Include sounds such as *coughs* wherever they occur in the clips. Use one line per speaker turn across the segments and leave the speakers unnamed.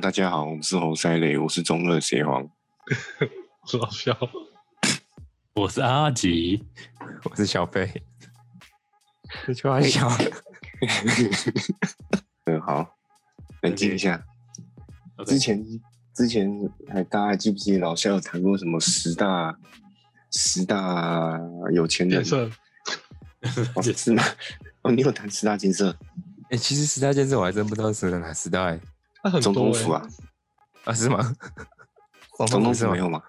大家好，我们是猴塞雷，我是中二邪皇。
老肖，
嗯
我是阿吉，
我是小飞，
你就要笑，
嗯，好，冷静一下。
OK
之前之前还大家还记不记得老夏有谈过什么十大十大有钱人
哎
建？设
哦是吗？哦，你有谈十大建设？
哎、其实十大建设我还真不知道是哪十大、欸，
那很
总
多
统
欸
府啊，
啊
哎
是吗？ *laughs*
总统
是
府
吗
没？有吗？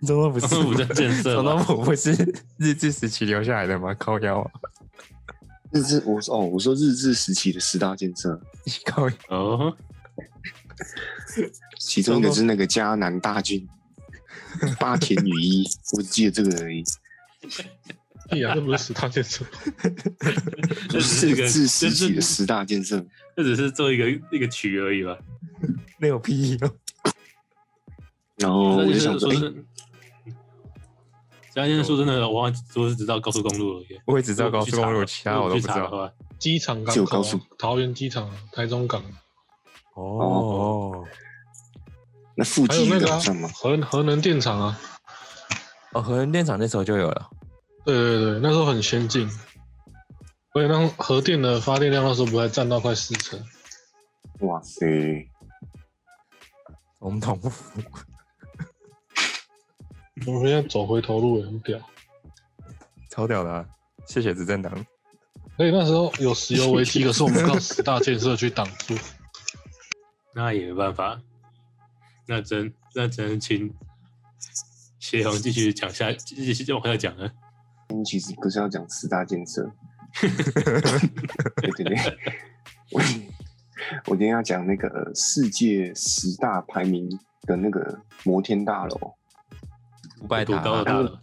总统不是
我们不在建设
总
*laughs*
吗，
统府不是日治时期留下来的吗？靠腰啊，
日治，我说哦，我说日治时期的十大建设，
靠腰
哦，
其中一个是那个迦南大
*laughs*
郡、八田雨衣，我只记得这个而已。
屁啊，这不是十大建设，
这只是一
日
*laughs*
个，
治时
这
期的
是
十大建设，
这只是做一个一个曲而已吧。
那有屁用、
然
哦
后我
那
就
就是
想说，
说
哎、
是，嘉先说真的，我忘记我只知道高速公路了耶。
我也只知道高速公路，其他我都不知
如
道。
果去
机场港
就
口
有高
啊、
速
桃园机场啊、台中港啊，
哦
那腹
还有
肌
那
运
个
动
啊
算吗？
核核能电厂啊，
哦，核能电厂那时候就有了。
对对对，那时候很先进，而且那核电的发电量那时候不还占到快四成，
哇塞！
总统府，
我们现在走回头路也很屌。
超屌的、啊，谢谢执政党。
所以哎那时候有石油危机，可是我们靠十大建设去挡住。
那也没办法，那真那真请谢宏继续讲下，继续往下讲啊。
其实不是要讲十大建
*laughs*
设，对对对，我我今天要讲那个呃世界十大排名的那个摩天大楼，
五百
多
塔、啊
高的大楼？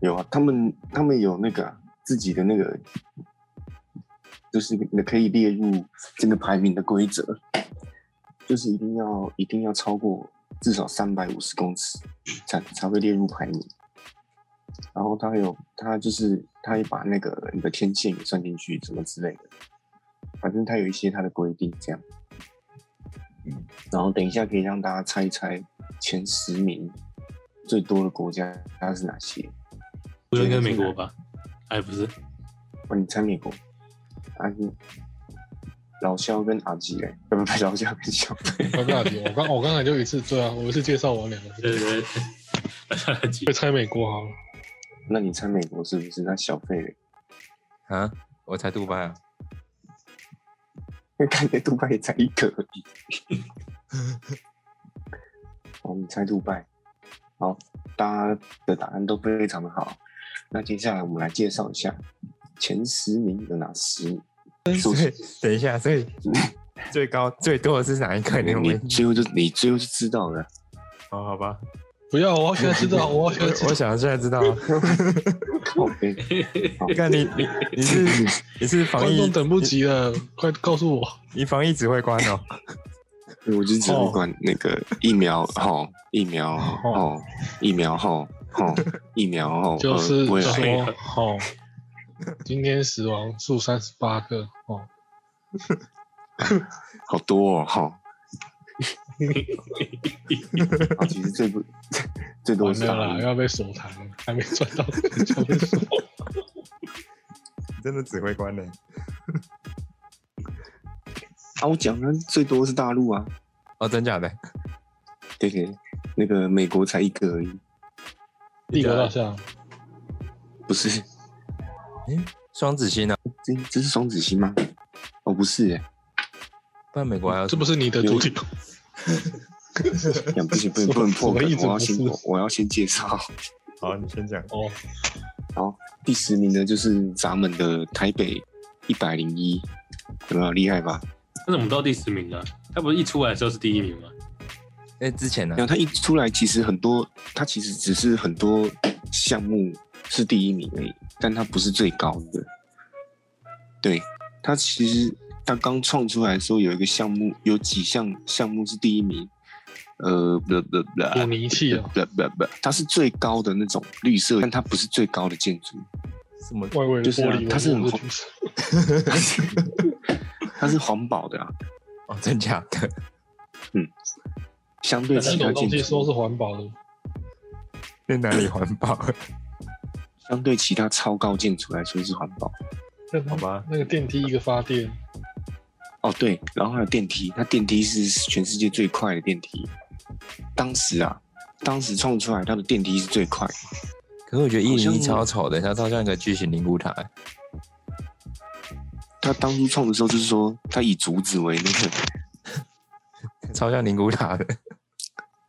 有啊，他们他们有那个啊自己的那个，就是你可以列入这个排名的规则，就是一定要一定要超过至少三百五十公尺才才会列入排名。然后他有他就是他也把那个你的天线也算进去，什么之类的，反正他有一些他的规定这样。然后等一下可以让大家猜一猜前十名最多的国家它是哪些？
不应该美国吧？哎，不是，
哦，你猜美国？啊，你老肖跟阿吉嘞？呃不不不，老肖跟小飞。
我大姐，我刚我刚才就一次，对啊，我一次介绍完两个，
对对对，
就猜美国好了。
那你猜美国是不是？那小费嘞？ *laughs*
啊，我才杜拜啊，
因为感觉杜拜也才一个而已。哦，你猜杜拜？好，大家的答案都非常的好。那接下来我们来介绍一下前十名有哪十名。
所以等一下，所以 *laughs* 最高最多的是哪一个？你
你
们
最后就你最后就知道了。
哦，好吧，
不要，我要现在知道，我要现在知
我我
道。
想现在知道啊，
靠背
*laughs* 看你你你 *laughs* 是你是防
观
疫
众，等不及了，快告诉我！
你防疫指挥官哦，
我就只
哦
会管那个疫苗吼，疫苗吼，疫苗吼，吼，疫苗吼，
就是
呃未
说
来，
哦，今天死亡数三十八个哦，
好多哦，
*laughs*
吼。啊，其实最不最多
完
是
了
打
啦，
疫
又
苗
要被锁台了，还没赚到就被锁。
*laughs* 真的指挥官呢？
啊，我讲的最多是大陆啊，
哦，真假的？
对对，那个美国才一个而已，
帝国大厦，
不是，
双子星呢？啊
这这是双子星吗？哦，不是耶，
不然美国还有
这
什
不
么
是你的主题，
讲不行，不能不能破
我
梗
一，直
我要
不
先
是
我要先介绍。
好，你先讲。
哦，
第十名呢，就是咱们的台北一百零一，有没有厉害吧？
他怎么到第十名啊？他不是一出来的时候是第一名吗？
哎，之前呢
然？后他一出来，其实很多，他其实只是很多项目是第一名而已，但他不是最高的。对他其实他刚创出来的时候，有一个项目，有几项项目是第一名，呃，不不不，
有泥气啊，
不不不，它是最高的那种绿色，但它不是最高的建筑，
什么？
外围的
就是啊
玻璃，
它是很
我
红它是环保的啊。
哦，真假的？
相对
但
其
那
他
种东
建
西说
筑，
是环保的，
*laughs* 在哪里环 *laughs* 保？
相对其他超高建筑来说是环保。
但它
好吧
那个电梯一个发电，
哦，对，然后还有电梯，它电梯是全世界最快的电梯。当时啊，当时创出来它的电梯是最快的，
可是我觉得一零
好
一
像
超丑的，它超像一个巨型灵骨塔、欸。
它当初创的时候就是说，它以竹子为那个，
超像灵骨塔的，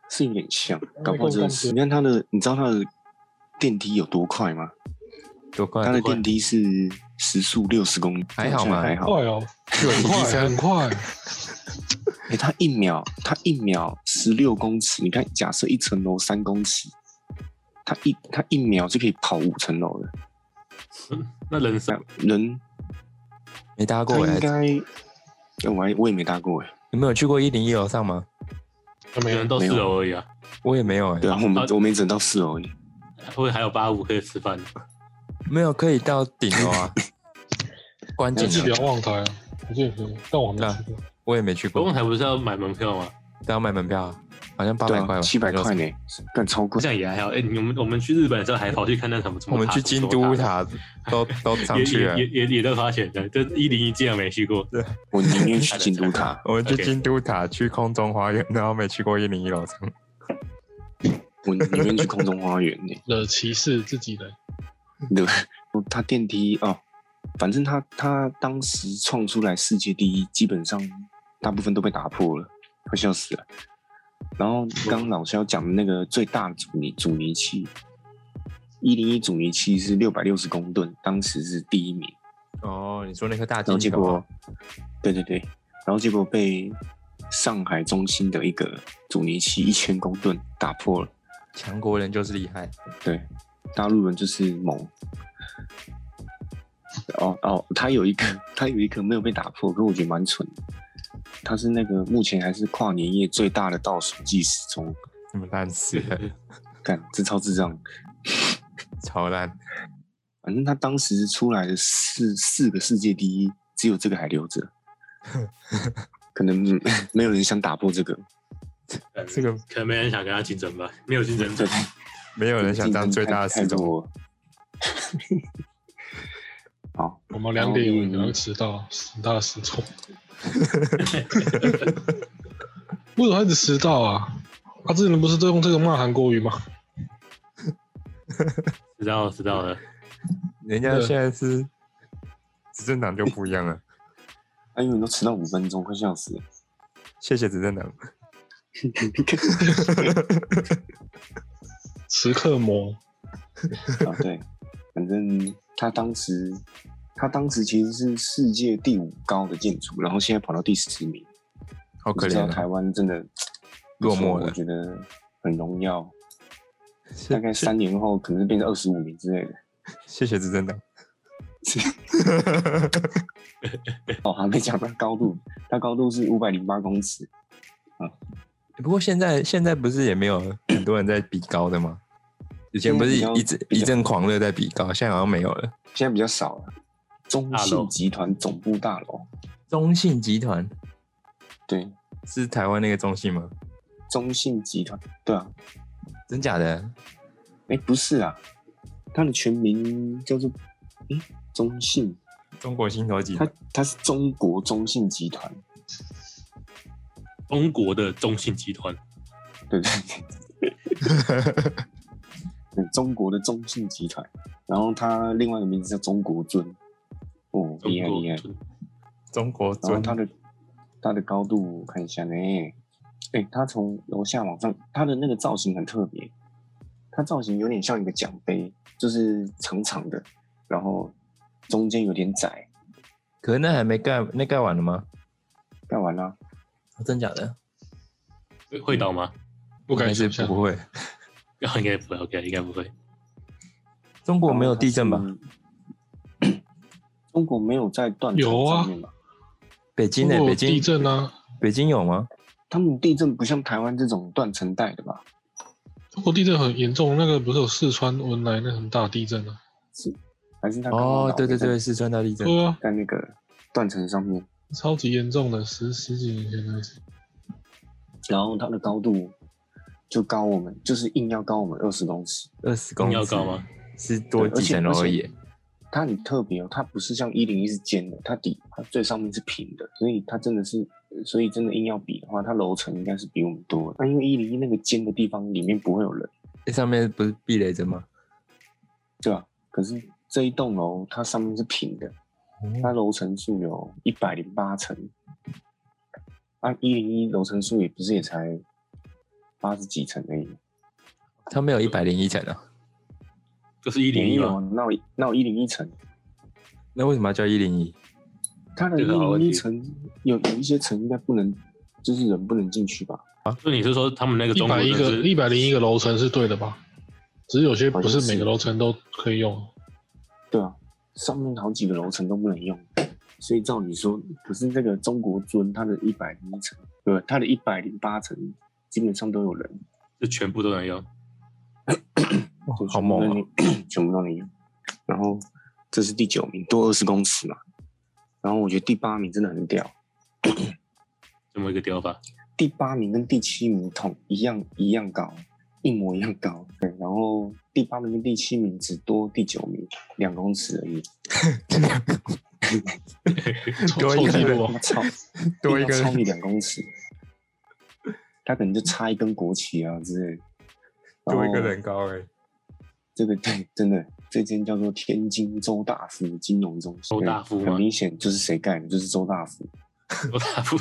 是有点像，搞不好真的是。你看它的，你知道它的电梯有多快吗？
多快
它！的
多快
电梯是时速六十公里，
还好吗
还好。
快哦，很快，很快，
哎、它一秒，它一秒十六公尺。你看，假设一层楼三公尺，它一它一秒就可以跑五层楼了。
那人生
那人
没
他
搭过哎、
应
欸，
该，呃我还我也没搭过哎、
你们有去过一零一楼上吗？
有哎没
*laughs* 每
有
人？到四楼而已啊，
我也没有哎、
对啊，我们
啊
我们整到四楼哎而已，
会还有八五可以吃饭。
欸没有可以到顶楼
*laughs*
啊，观
你要去
景
瞭
楼
望台啊，我记得有，但我还没去过。
我也没去
国
过
共，台不是要买门票吗？
都要买门票、啊，好像八
对
百块
啊，
吧，
七百块呢，干超贵
这。样也还好。哎、你们我们去日本的时候还跑去看那什么什么
我们
塔
去
什
京
么
都
塔
塔都 *laughs* 都上
也
去啊了，
也，也也也都发现的，这一零一竟然没去过。
我宁愿去京都塔 *laughs*
我们去
OK
京都塔，去空中花园，然后没去过一零一楼上。
我宁愿去空中花园呢。
惹歧视自己人，
对，它电梯哦，反正它它当时创出来世界第一，基本上大部分都被打破了，快笑死了。然后刚刚老肖讲的那个最大的阻尼阻尼器，一零一阻尼器是六百六十公吨，当时是第一名。
哦，你说那颗大
然后结
金球啊
果，对对对，然后结果被上海中心的一个阻尼器一千公吨打破了。
强国人就是厉害，
对，大陆人就是猛。哦哦，他有一个，他有一个没有被打破，可我觉得蛮蠢的。他是那个目前还是跨年夜最大的倒数计时钟，
这么烂啊死了，
干这超智障。
超烂。
反正他当时出来的四四个世界第一，只有这个还留着，可能 *laughs* 没没有人想打破这个。
这个
可能没人想跟他竞争吧，没有竞争者
对。
没有人想当最大的
太
死
太
忠。
多了好，
我们两点有人会迟到，很大的失错。为什么他一直迟到啊？他之前不是都用这个骂韩国语吗？
知道了知道了，
人家现在是执政党就不一样了，
哎呦，你都迟到五分钟，快笑死了！
谢谢执政党。
时刻魔，
啊，对，反正他当时，他当时其实是世界第五高的建筑，然后现在跑到第十名，
好可
你知道
怜
台
啊！
湾真的
落寞
不错
了
我觉得很荣耀。
谢
大概三年后可能变成二十五名之类的。
谢谢执政党。
哦，还没讲到高度，它高度是五百零八公尺。
不过现在现在不是也没有很多人在比高的吗？以前不是
现在比较
一阵
比
一
较
阵狂热在比高，现在好像没有了。
现在比较少了。中
大楼
信集团总部大楼，
中信集团
对，
是台湾那个中信吗？
中信集团，对啊，
真假的？
哎，不是啊，它的全名叫做，哎，中信，
中国信投集
它
团
它是中国中信集团，
中国的中信集团，
对不对？对，中国的中信集团，然后它另外一个名字叫中国尊，哦，
中
厉害
国
厉害，
中国
然后
尊
它的它的高度我看一下呢，哎、它从楼下往上，它的那个造型很特别，它造型有点像一个奖杯，就是长长的，然后中间有点窄，
可是那还没盖，那盖完了吗？
盖完啦、
哦真假的？
会会倒吗？ *laughs*
不敢
还是
想象。
不会。
应该不会，OK，应该不会。
中国
然后
没有
它
地震吧？
是？ *coughs* 中国没有在断层
有啊
上面嘛？
北
中
京呢、
国有
北
地
京
震啊，
北京有吗？
他们地震不像台湾这种断层带的吧？
中国地震很严重，那个不是有四川文莱那很大地震啊？
还是他
哦哦，对对对，四川大地震。
对啊，
在那个断层上面，
超级严重的，十十几年前那是。
然后它的高度就高我们，就是硬要高我们二十公尺。
二十公
你要
尺
高吗？
是多
对而
几
且
层楼
而
而
且
已。
它很特别哦，它不是像一零一是尖的，它底它最上面是平的，所以它真的是，所以真的硬要比的话，它楼层应该是比我们多的。那因为一零一那个尖的地方里面不会有人，
那上面不是避雷针吗？
对吧、可是这一栋楼它上面是平的，它楼层数有一百零八层，按一零一楼层数也不是也才八十几层而已，
它没有一百零一层啊，
就是一零
没
一
有
吗？
啊，那有那有一零一层，
那为什么要叫一零一？
它的一
这个好问
零
题
一层有有一些层应该不能，就是人不能进去吧。
就你是说他们那个
一
中国
百
人
一个
是
一百零一个楼层是对的吧？只是有些不
好像
是
是
每个楼层都可以用。
对啊，上面好几个楼层都不能用，所以照理说，可是那个中国尊它的一百零一层，对吧，它的一百零八层基本上都有人，
就全部都能用？
就
好猛
全部都
啊
能 *coughs* 全部都能用。然后这是第九名，多二十公尺嘛。然后我觉得第八名真的很屌，
这么一个雕法，
第八名跟第七名同一样一样高，一模一样高。对，然后第八名跟第七名只多第九名两公尺而已。
臭
*laughs* 多
臭
一个
记
人
录啊
*laughs* 我！操！
*laughs* 多一
要
个
超你两公尺，他可能就插一根国旗啊之类的。
多一个
然后
人高哎、
这个 *laughs* 对，真的，这间叫做天津周大福金融中心。
周大福
对
吗
很明显就是谁盖的，就是周大福。
我打不，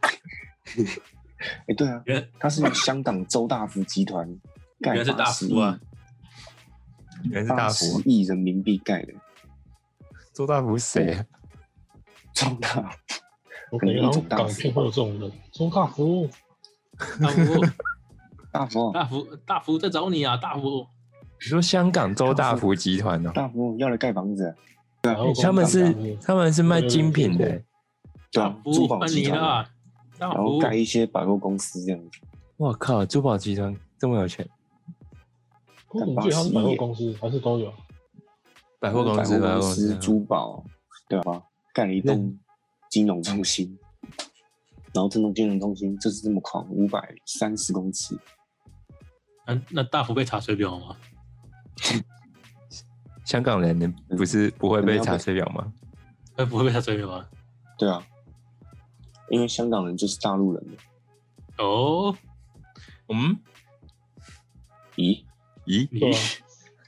哎，对啊，
原
他是香港周大福集团盖
*laughs* 原来是大
80
福啊
原来
亿，
是大
八
福
十
啊，
亿人民币盖的
周大福是谁啊？
周大福。
我感觉好像港片会有这种人，中大福。
*laughs* 大福，
大福，啊
大福，大福在找你啊，大福。
你说香港周大福集团哦、
大福要来盖房子啊，
然后
他们
港
是
大福
他们是卖精品的、欸，
对
大
啊，
福
珠，宝
换
集
你
团
了
啊，
啊，大
然后
福。
盖一些百货公司这样子。
我靠，珠宝集团这么有钱，
我怎么记得他是百货公司还是都有？啊
百货公司，
百
百
货公
货公
司、
司，嗯
珠宝，对吧、盖了一栋金融中心，然后这栋金融中心就是这么狂，五百三十公尺，
那那大福被查水表吗？
香港人你不是不会被查水表吗？
会不会被查水表吗？
对啊，因为香港人就是大陆人嘛。
哦，
嗯，
咦，
咦，
你
对啊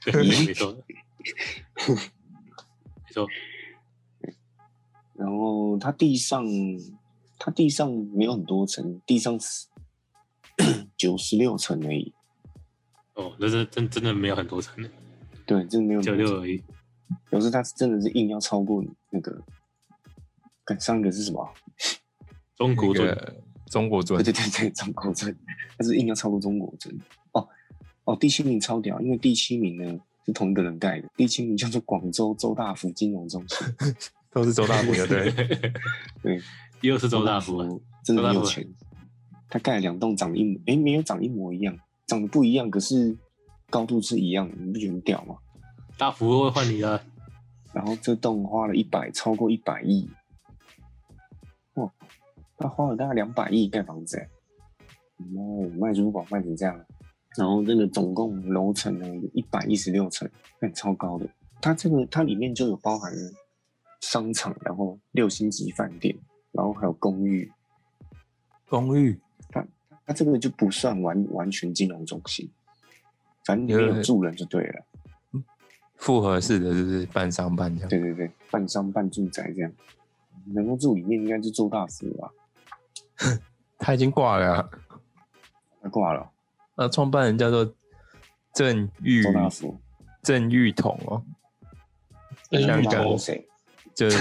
对，没错，
*laughs*
没错，
然后它地上，它地上没有很多层，地上 *coughs* 九十六层而已。
哦，那是真真的没有很多层，
对，真的没有很
九
多层
六而已。
有时候他真的是硬要超过你那个，看上一个是什么啊？
中
那
国中
个中国尊
对，对对对，中国尊，但是硬要超过中国尊。哦哦，第七名超屌，因为第七名呢是同一个人盖的，第七名叫做广州周大福金融中心。
都是周大福的， *laughs* 对，
对，
又是周大福啊，
真的很
周
有
大福
钱，他盖了两栋长得一模，诶，没有长一模一样，长得不一样，可是高度是一样的，你不觉得很屌吗？
大福会换你啊，
然后这栋花了一百，超过一百亿，哇，他花了大概两百亿盖房子欸，妈哦，卖珠宝卖成这样，然后这个总共楼层呢有一百一十六层，很超高的。它这个它里面就有包含商场，然后六星级饭店，然后还有公寓，
公寓
它这个就不算完完全金融中心，反正里面有住人就对了。
复合式的，就是半商半这样。
对对对，半商半住宅这样，能够住里面应该就周大福了吧。
他已经挂了、啊，
他挂了，
那创办人叫做郑玉
周大福，
郑玉统哦，
哎
嗯香港
芋头
谁？
就是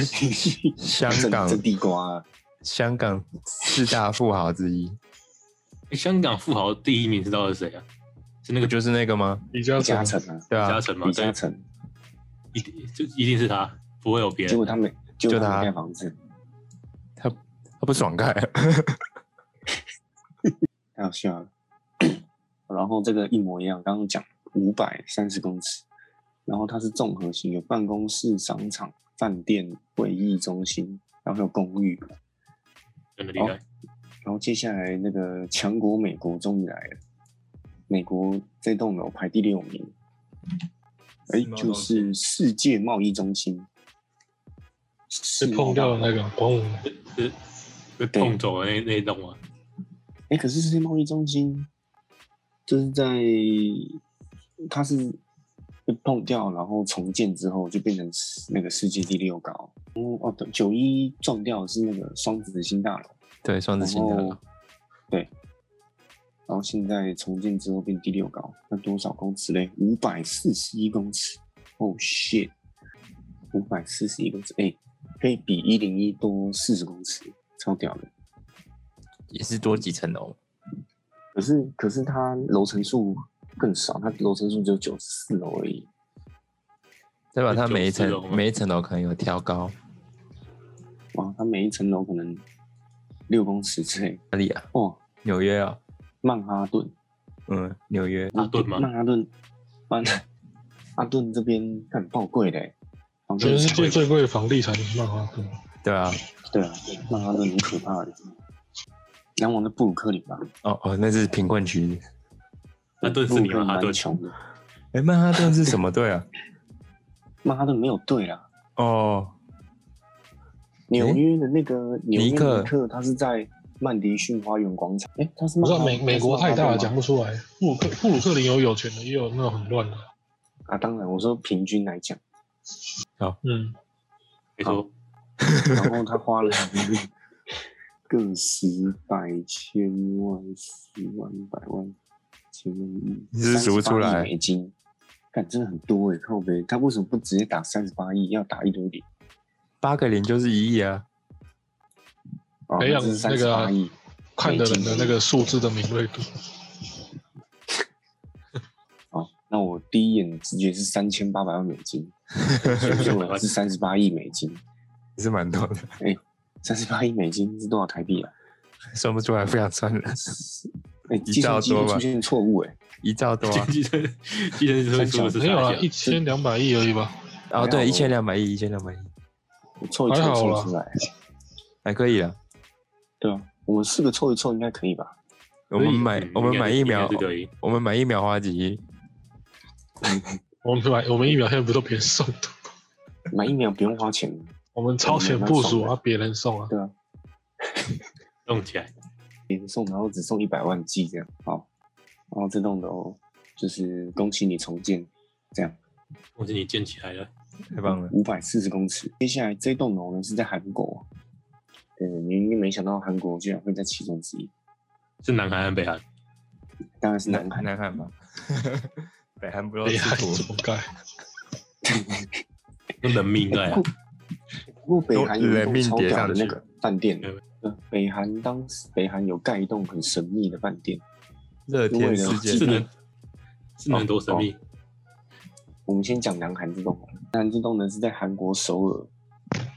香港
这地瓜啊，
香港四大富豪之一，
诶香港富豪第一名是到底是谁啊？是那
不
个
就是那个吗？
李嘉
嘉
诚
诚啊，
对啊
嘉，诚吗
李？嘉
对，
诚，
一定就一定是他，不会有别
结
人
果。他没，结果
就
他
他
没盖房子，
他不爽盖， *laughs*
太好笑了。 *coughs* 然后这个一模一样，刚刚讲五百三十公尺，然后它是综合型，有办公室、商场、饭店、会议中心，还然后还有公寓，
真的厉
哦
害。
然后接下来那个强国美国终于来了，美国这栋楼排第六名，哎
世贸，
就
中
是世界贸易中心，
被
是
碰掉的那个，砰！
是被碰走的那那一栋啊吗？
哎、可是世界贸易中心就是在它是被碰掉，然后重建之后就变成世那个世界第六高。哦哦，对，九一撞掉的是那个双子星大楼，
对，双子
然
星的啊
后哦对，然后现在重建之后变第六高，那多少公尺嘞？五百四十一公尺。哦、shit，五百四十一公尺，哎、可以比一零一多四十公尺，超屌的。
也是多几层楼，
可是可是它楼层数更少，它楼层数只有九十四楼而已。
再把它每一
九十楼
层
吗
每一层楼可能有挑高，
哇，它每一层楼可能六公尺之类。
哪里啊？
哦，
纽约啊，
曼哈顿，
嗯，纽约
阿顿吗？
曼哈顿，曼阿顿这边很爆贵嘞，房
全
价
世界最贵的房地产就是曼哈顿，
对啊，
对啊，曼哈顿很可怕的。南王的布鲁克林吧，
哦哦，那是贫困区。
阿
啊
顿是
布
你
鲁克
吗？
林
阿
蛮
顿
穷的，
哎，曼哈顿是什么队啊？
曼哈顿没有队啦。
哦，
纽约的那个纽约
尼克
尼克，他是在曼迪逊花园广场。哎，他是
不
曼
知
哈
道美美国
他是
太
曼哈顿吗
大了，讲不出来。布鲁克布鲁克林有有钱的，也有那种很乱的。
啊，当然，我说平均来讲，
嗯，
哦
没错，
然后他花了个十百千万十万百万千万亿，
你是数不出来
38亿美金，干真的很多哎、欸，靠呗，他为什么不直接打三十八亿，要打一堆零？
八个零就是一亿啊。
哦
培养
这是
那
三十
个啊
八亿，
看的人的那个数字的敏锐度。
哦，那我第一眼直觉是三千八百万美
*laughs*
金，所以我是三十八亿美金，
也是蛮多的，
三十八亿美金是多少台币啊？
算不出来，不想算了，
哎、计算机
兆多
会
吧
出现错误哎、
一兆多
*laughs*
啊！
计生计生是会说是
没有啊
啥
啦，
钱
一千两百亿而已吧。
哦，对，一千两百亿，一千两百亿，
我凑一凑
还好啊啦
凑出来，
还可以啊。
对啊，我们四个凑一凑应该可以吧？
我们买
嗯
我们
应该
买
是
疫苗
应该是，可以
我们买疫苗花几亿？
我们买我们疫苗现在不都别人送的，
买疫苗不用花钱，
我们超前部署啊，别人送啊。
对啊，
动起来，
连送然后只送一百万剂这样，好，然后这栋楼就是恭喜你重建，这样
恭喜你建起来了，
太棒了！
五百四十公尺。接下来这栋楼呢是在韩国，对，你应该没想到韩国居然会在其中之一，
是南韩还是北韩？
当然是南韩，
南韩吧，北韩不都
北海
嗯是
怎
土
么盖？
那人命在啊，
不过北韩有一
人
栋
命
超
叠
屌
上
的
去
那个饭店
对。
呃北韩当时北韩有盖一栋很神秘的饭店，
乐天世
是
界？
能是能多神秘？
我们先讲南韩这栋楼，南韩这栋呢是在韩国首尔，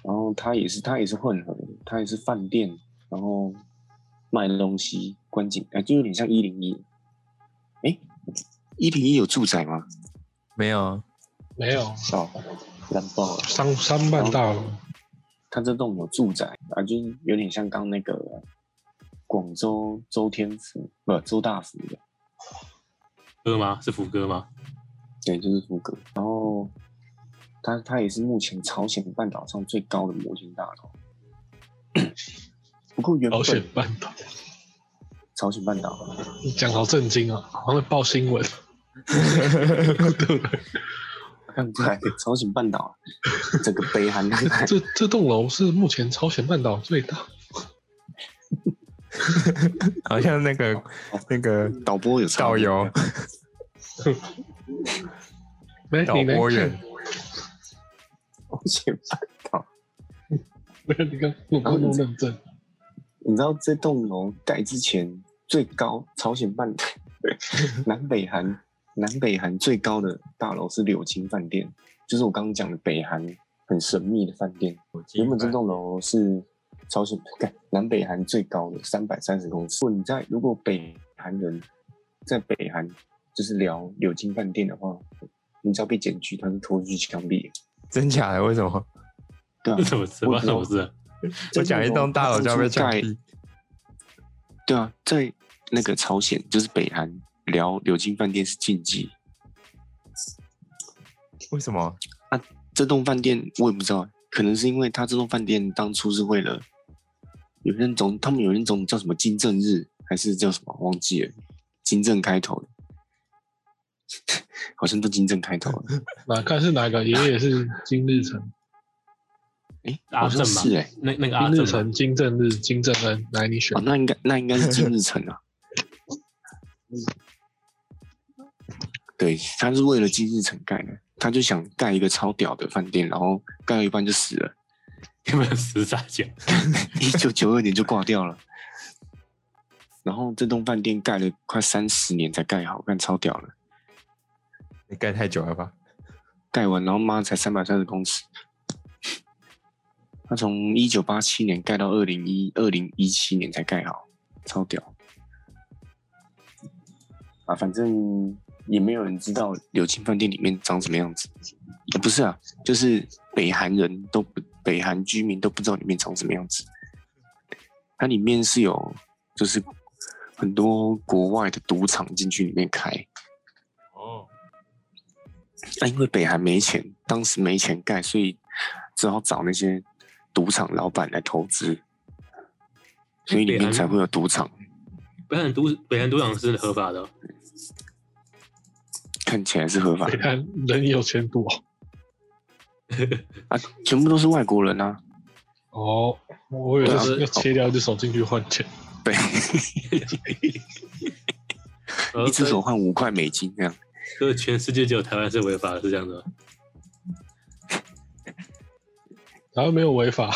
然后它也是它也是混合的，它也是饭店，然后卖东西、观景，哎、就有点像一零一。哎，一零一有住宅吗？
没有啊，
没有，
哦，烂爆了。
商商办大楼，
它这栋有住宅啊，就是有点像刚那个广州周天福，不周大福的，
哥吗？是福哥吗？
对，就是福格。然后它它也是目前朝鲜半岛上最高的摩天大楼。 *coughs* 不过原本
朝鲜半岛，
朝鲜半岛， *laughs*
你讲好震惊啊，好像会报新闻。
看不来朝鲜半岛整个北韩
这这栋楼是目前朝鲜半岛最大，
好像那个那个
*laughs* 导播有差
导
别
游
没
导
你能
播
看
员，
朝鲜半岛。
没有你看我不用认证，
你知道这栋楼盖之前最高朝鲜半岛南北韩南北韩最高的大楼是柳青饭店，就是我刚刚讲的北韩很神秘的饭店。原本这栋楼是朝鲜干南北韩最高的三百三十公尺。如果你在如果北韩人在北韩就是聊柳金饭店的话，你只要被检举，他是拖去枪毙。
*laughs* 真假的？为什么？
对啊 *laughs*
这，什么事？发生什么事？
我讲一栋大楼就要被
盖
枪毙，
对啊，在那个朝鲜，就是北韩，聊柳金饭店是禁忌。
为什么？
这栋饭店我也不知道，欸可能是因为他这栋饭店当初是为了有那种他们有那种叫什么金正日，还是叫什么忘记了，金正开头的， *laughs* 好像都金正开头了。
哪看是哪个？爷爷是金日成，
哎、
阿
好像
正嘛
是哎、
那那个阿
金日
正嘛
成、金正日、金正恩，来你选
哦，。那应该那应该是金日成啊。对，他是为了金日成盖的，他就想盖一个超屌的饭店，然后盖到一半就死了，
有没有死傻脚？
一九九二年就挂掉了。然后这栋饭店盖了快三十年才盖好，干超屌了。
你盖太久了吧？
盖完然后妈才三百三十公尺。他从一九八七年盖到二零一二零一七年才盖好，超屌。啊，反正也没有人知道柳青饭店里面长什么样子。呃不是啊，就是北韩人都不，北韩居民都不知道里面长什么样子。它里面是有，就是很多国外的赌场进去里面开，
哦，
那因为北韩没钱，当时没钱盖，所以只好找那些赌场老板来投资，所以里面才会有赌场。
北韩赌北韩赌场是合法的哦，
看起来是合法
北
的
韩人有钱 *laughs* 赌哦
啊，全部都是外国人啊。
哦，我以为是要切掉一只手进去换钱。
对，
呃
一只手换五块美金这样。
所以所以全世界只有台湾是违法的，是这样子吗？
然后没有违法，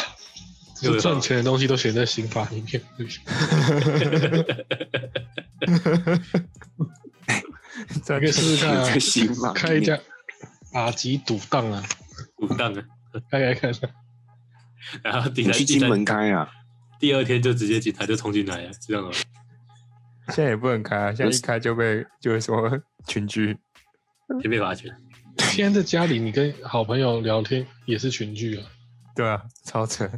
没
只
有
是
违法
赚钱的东西都写在刑法
*laughs*
里面。
这
你可以试试看啊
在，刑法里面
开一家打击赌档啊，
不当啊！
开开看看。
然后第
你
三
去
第
金
三
门开啊？
第二天就直接警察就冲进来了，是这样吗？
现在也不能开啊，现在一开就被就会说 *laughs* 群居，
也被罚钱。
现在在家里，你跟好朋友聊天也是群聚啊，
对啊，超扯。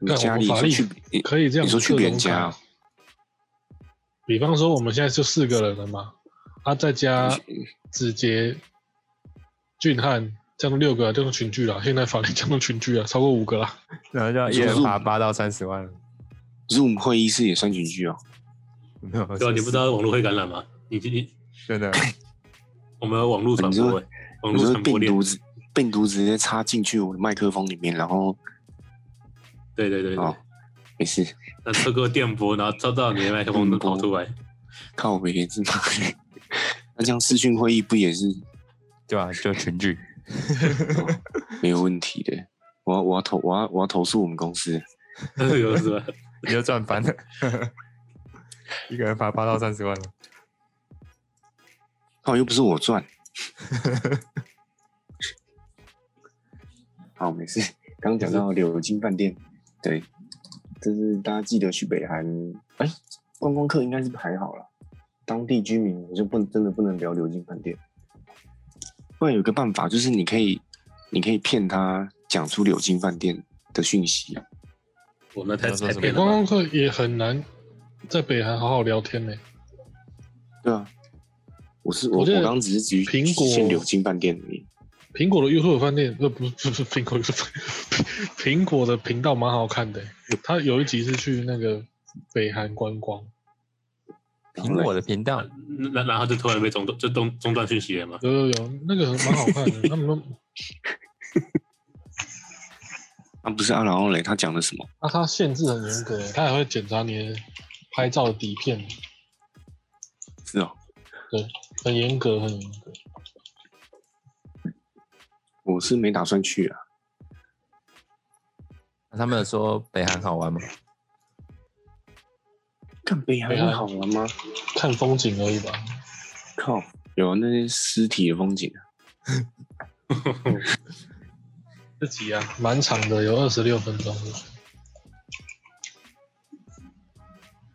你
干
家
我
里
们法
说
律
去你
可以这样。
你说去别人家啊？
比方说我们现在就四个人了嘛，啊，在家
嗯
子杰、俊汉这样六个这样群聚了，现在法律这样群聚了，超过五个了。
然后就要一人罚八到三十万了，
Zoom 会议室也算进去哦。
没有？
对啊，你不知道网络会感染吗？你你
真的，
我们有网络传播、
你说
欸，网
你
络
说
传播
病
链
毒，直病毒直接插进去我的麦克风里面，然后
对对对对
哦，没事，
那透过电波，然后照到你的麦克风都跑出来，
靠我也是妈的。 *laughs* 那这样视讯会议不也是
*laughs* 对啊，就群聚。
没有问题的。我要我要投我要我要投诉我们公司，
有是吧？
你就赚翻了， *laughs* 一个人罚八到三十万了。
靠，哦又不是我
*laughs*
赚。好，没事。刚刚讲到柳金饭店，对，就是大家记得去北韩，哎、观光客应该是还好了，当地居民你就不真的不能聊柳金饭店。不然有个办法，就是你可以你可以骗他讲出柳金饭店的讯息，
*laughs*
啊
我们太
你要说
太
什么
骗
哎观
了
光
吧。
客也很难在北韩好好聊天呢、
对啊。我是我，
我
我
觉得
刚刚只是局
苹果
局限柳金饭店而已。
苹果的 YouTube 饭店，呃，不 *laughs* 是不是苹果 YouTube，苹果的频道蛮好看的、他有一集是去那个北韩观光，
然后嘞
苹果的频道，
然然后就突然被中断，就中中断讯息了嘛？
有有有，那个蛮好看的。他们都
啊，不是啊，然后嘞，他讲的什么？
那它啊限制很严格，它还会检查你的拍照的底片，
是哦，
很严格，很严格。
我是没打算去啊。
他们有说北韩好玩吗？
看北韩
啊
北韩
啊好玩吗？
看风景而已吧。
靠，有啊那些尸体的风景啊，
这集啊，蛮长的，有二十六分钟的。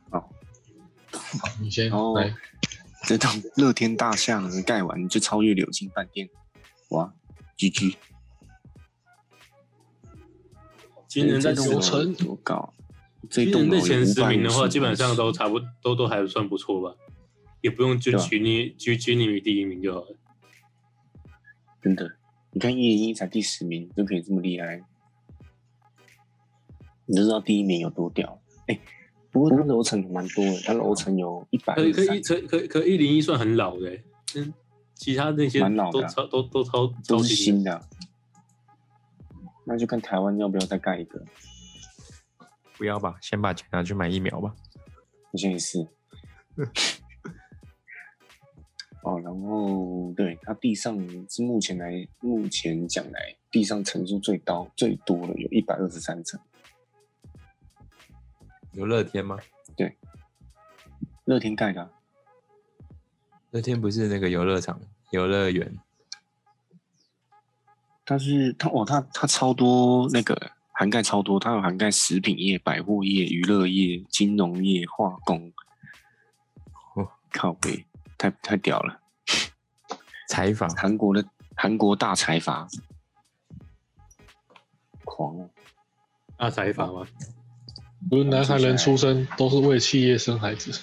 好，哦
你先
然后
来。
这栋乐天大厦盖完就超越柳青饭店，哇，GG！
今年在
这
这
栋
种
楼
流程
多高？这
今
栋
年
楼
在
有
前十名的话，
550
基本上都差不都都还算不错吧，也不用就
对啊
拘泥拘拘泥于第一名就好了。
真的。你看叶一才第十名就可以这么厉害，你就知道第一名有多屌。哎、不过它楼层蛮多的，它楼层有一百
可可一可可可一零一算很老的、欸，嗯，其他那些
蛮老的
都
啊
超都都超超
都是
级
新的啊。那就看台湾要不要再盖一个。
不要吧，先把钱拿去买疫苗吧。
好像也是。哦，然后对它地上是目前来目前讲来地上层数最高最多的有一百二十三层，
有乐天吗？
乐天盖的啊、
乐天不是那个游乐场、游乐园，
但是它哦它它超多那个涵盖超多，它有涵盖食品业、百货业、娱乐业、金融业、化工。
哦，
靠背，太太屌了！
采访
韩国的韩国大财阀，狂啊！
大财阀嘛。
无论男孩人出生都是为企业生孩子，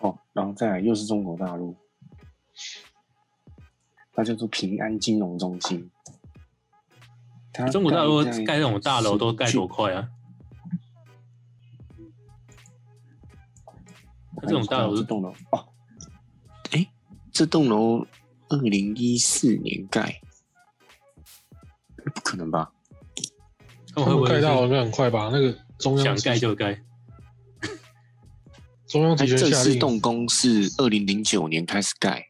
哦，然后再来又是中国大陆，它叫做平安金融中心。它
中国大陆
在
啊盖那种大楼都盖多快啊！它这种大楼
这栋楼哦，哎，这栋楼二零一四年盖，不可能吧？
他
他
们会不
们盖
会
到
是
应该很快吧？那个中央
想盖就盖？
中央
它
集权
哎正
下
式
令，
动工是二零零九年开始盖，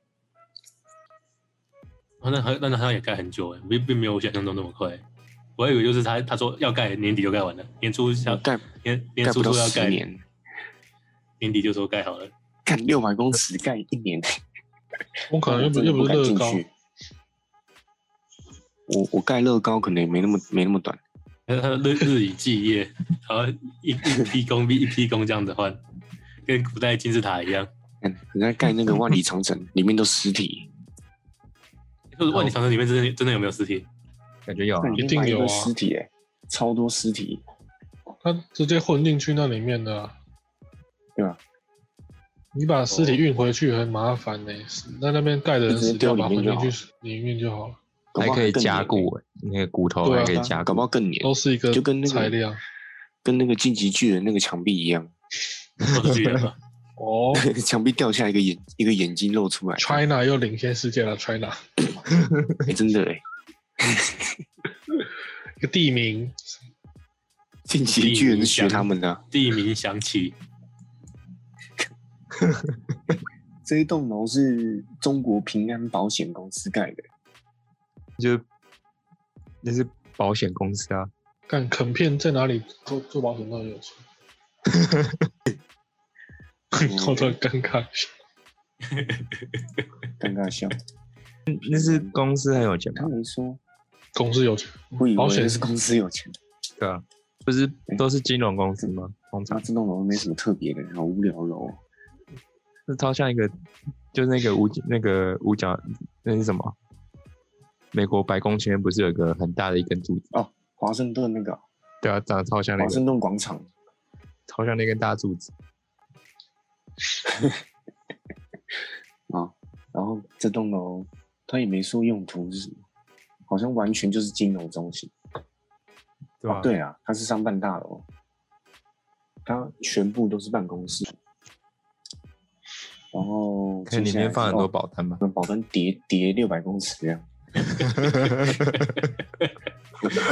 哦那他那他也盖很久哎，并并没有我想象中那么快。我还以为就是他他说要盖年底就盖完了，年初想
盖
年
嗯
年
盖
初
不到
说要盖
十，年，
年底就说盖好了。
干六百公尺盖一年。
我 *laughs* 可能又不
真的
又
不
不是
敢
乐
进
高，
去。我我盖乐高可能也没那么没那么短，
他他日日以继夜，然后一一批工一批工这样子换，跟古代金字塔一样。
嗯，人家盖那个万里长城，里面都尸体，
就是
哦
万里长城里面真的真的有没有尸体？
感觉有啊
那，里
一
面
定
埋
有
堆
啊
尸体、欸，超多尸体，
他直接混进去那里面的、啊，
对啊吧？
你把尸体运回去很麻烦呢、在那边盖的人
就直接
死掉，
丢
把
里面就
混
好
进去里面就好了，
搞
还
不好
可以
更
加
黏
固、欸，那个骨头
对啊
还可以
欸，
加
搞
固
不。好更黏，
都是一个
就跟那个
材料
跟那个晋级巨人那个墙壁一样，
都是巨人吧？
哦。
墙壁掉下来一个眼一个眼睛露出来
China 又领先世界了，China
欸真的哎、欸，
一个地名，
晋级巨人是学他们的啊、
地名响起，
这一栋楼是中国平安保险公司盖的，
就是那是保险公司啊，
干肯片在哪里做做保险都很有 *laughs* 趣，我突然尴尬。
尴尬笑。
那是公司很有钱吧
他？没说，
公司有钱，
我以
嗯保
为
险
是公司有钱。
对啊，不是都是金融公司吗？通
那
常
这栋楼没什么特别的，好无聊楼哦。
是超像一个，就是那个五那个五角那是什么？美国白宫前面不是有一个很大的一根柱子？
华盛顿那个哦
对啊，长得超像那
华
个，
盛顿广场，
超像那根大柱子。
然后这栋楼他也没说用途是什么，好像完全就是金融中心。
对吧、
哦，对啊，它是商办大楼，它全部都是办公室。然后
可以里
接下来
面
是
放很多
哦
保单吧？
保单叠叠六百公尺这
*laughs*
样，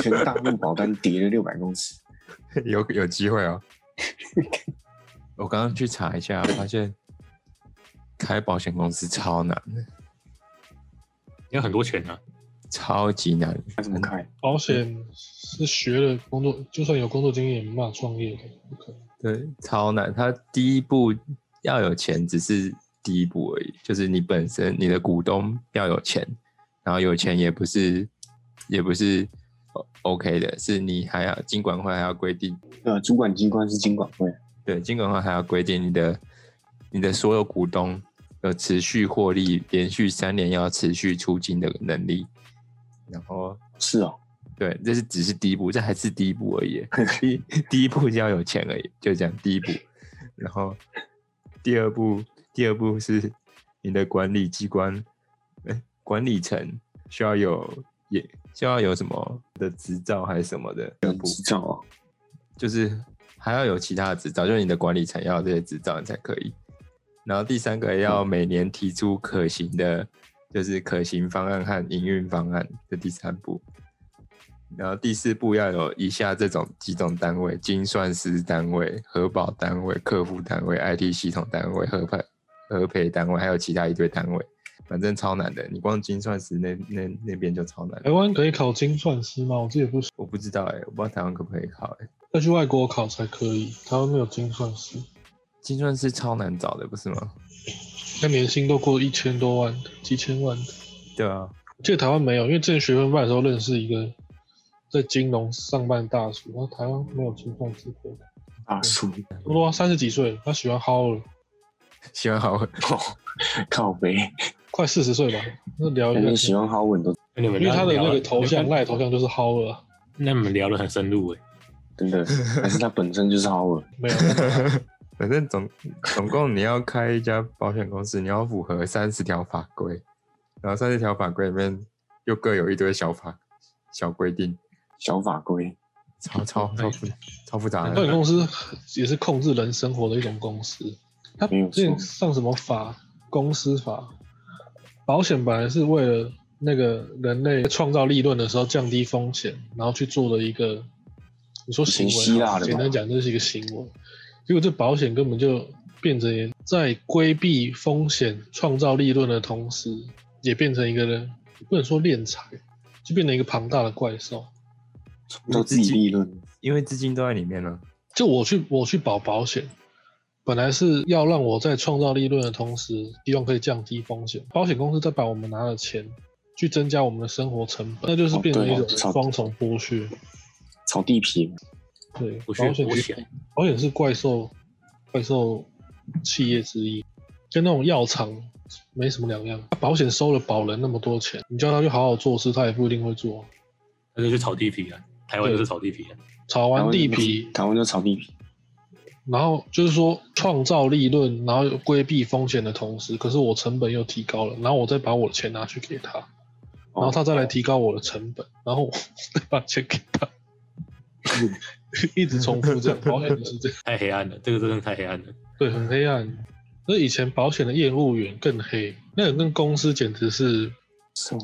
全大陆保单叠了六百公尺。
*laughs* 有有机会哦。我刚刚去查一下，发现开保险公司超难的，
你有很多钱啊！
超级难的。
它怎么开？
保险是学了工作，就算有工作经验，也没办法创业的。不可能
对，超难。它第一步要有钱，只是第一步而已，就是你本身你的股东要有钱，然后有钱也不是也不是 O- OK 的，是你还要金管会还要规定，
呃，主管机关是金管会，啊
对，金管会还要规定你的你的所有股东有持续获利，连续三年要持续出金的能力，然后
是哦，
对，这是只是第一步，这还是第一步而已。第一第一步就要有钱而已，就这样，第一步。然后第二步，第二步是你的管理机关、呃管理层需要有也需要有什么的执照还是什么的，
执照哦，
就是还要有其他的执照，就是你的管理层要有这些执照你才可以。然后第三个要每年提出可行的，就是可行方案和营运方案，这第三步。然后第四步要有以下这种几种单位：精算师单位、核保单位、客服单位、IT 系统单位、核配核配单位，还有其他一堆单位。反正超难的，你光精算师那那那边就超难
台。湾可以考精算师吗？我自己不熟，
我不知道哎、我不知道台湾可不可以考哎、
要去外国考才可以，台湾没有精算师，
精算师超难找的，不是吗？
那年薪都过一千多万的，几千万的。
对啊，
我记得台湾没有，因为之前学分班的时候认识一个在金融上班的大叔，然后台湾没有精算师可以考，
大叔，
嗯
我都三十几岁了，他喜欢薅了，
希望好。 *laughs*
靠背，
快四十岁吧，那聊一
感
个
觉，哎喜欢好稳都
那你们
因为
聊
他的
聊
那
了
个头像，
你
赖
们
头像就是薅了啊、
那你们聊得很深入哎、
真
*laughs*
的，还是他本身就是好稳。
没有，
反正总总共你要开一家保险公司，你要符合三十条法规，然后三十条法规里面又各有一堆小法小规定，
小法规，
*laughs*
超超超复超复杂
保险
的。
公司也是控制人生活的一种公司。他
没有
之前
错
上什么法？公司法？保险本来是为了那个人类创造利润的时候降低风险，然后去做的一个，你说行为
以前希
好
腊的
了，
吧
简单讲这是一个行为。结果这保险根本就变成在规避风险、创造利润的同时，也变成一个人不能说敛财，就变成一个庞大的怪兽。
都自己利润，
因为资金都在里面啊了。
就我去我去保保险，本来是要让我在创造利润的同时，希望可以降低风险。保险公司再把我们拿的钱去增加我们的生活成本，那就是变成一
哦
种
对啊
双重剥削。
炒地皮，
对，
我学
保险
我
是
想
保险是怪兽怪兽企业之一，跟那种药厂没什么两样。保险收了保人那么多钱，你叫他去好好做事，他也不一定会做。
那就去炒地皮啊，台湾就是炒地皮啊，
炒
台
完
湾
地
就
皮，
台湾就炒地皮，
然后就是说创造利润，然后又规避风险的同时，可是我成本又提高了，然后我再把我的钱拿去给他，
哦
然后他
哦
再来提高我的成本，然后我再把钱给
*laughs*
他，一直重复这样，保险就是这样，
太黑暗了，这个真的太黑暗了。
对，很黑暗。那以前保险的业务员更黑，那个跟公司简直是
送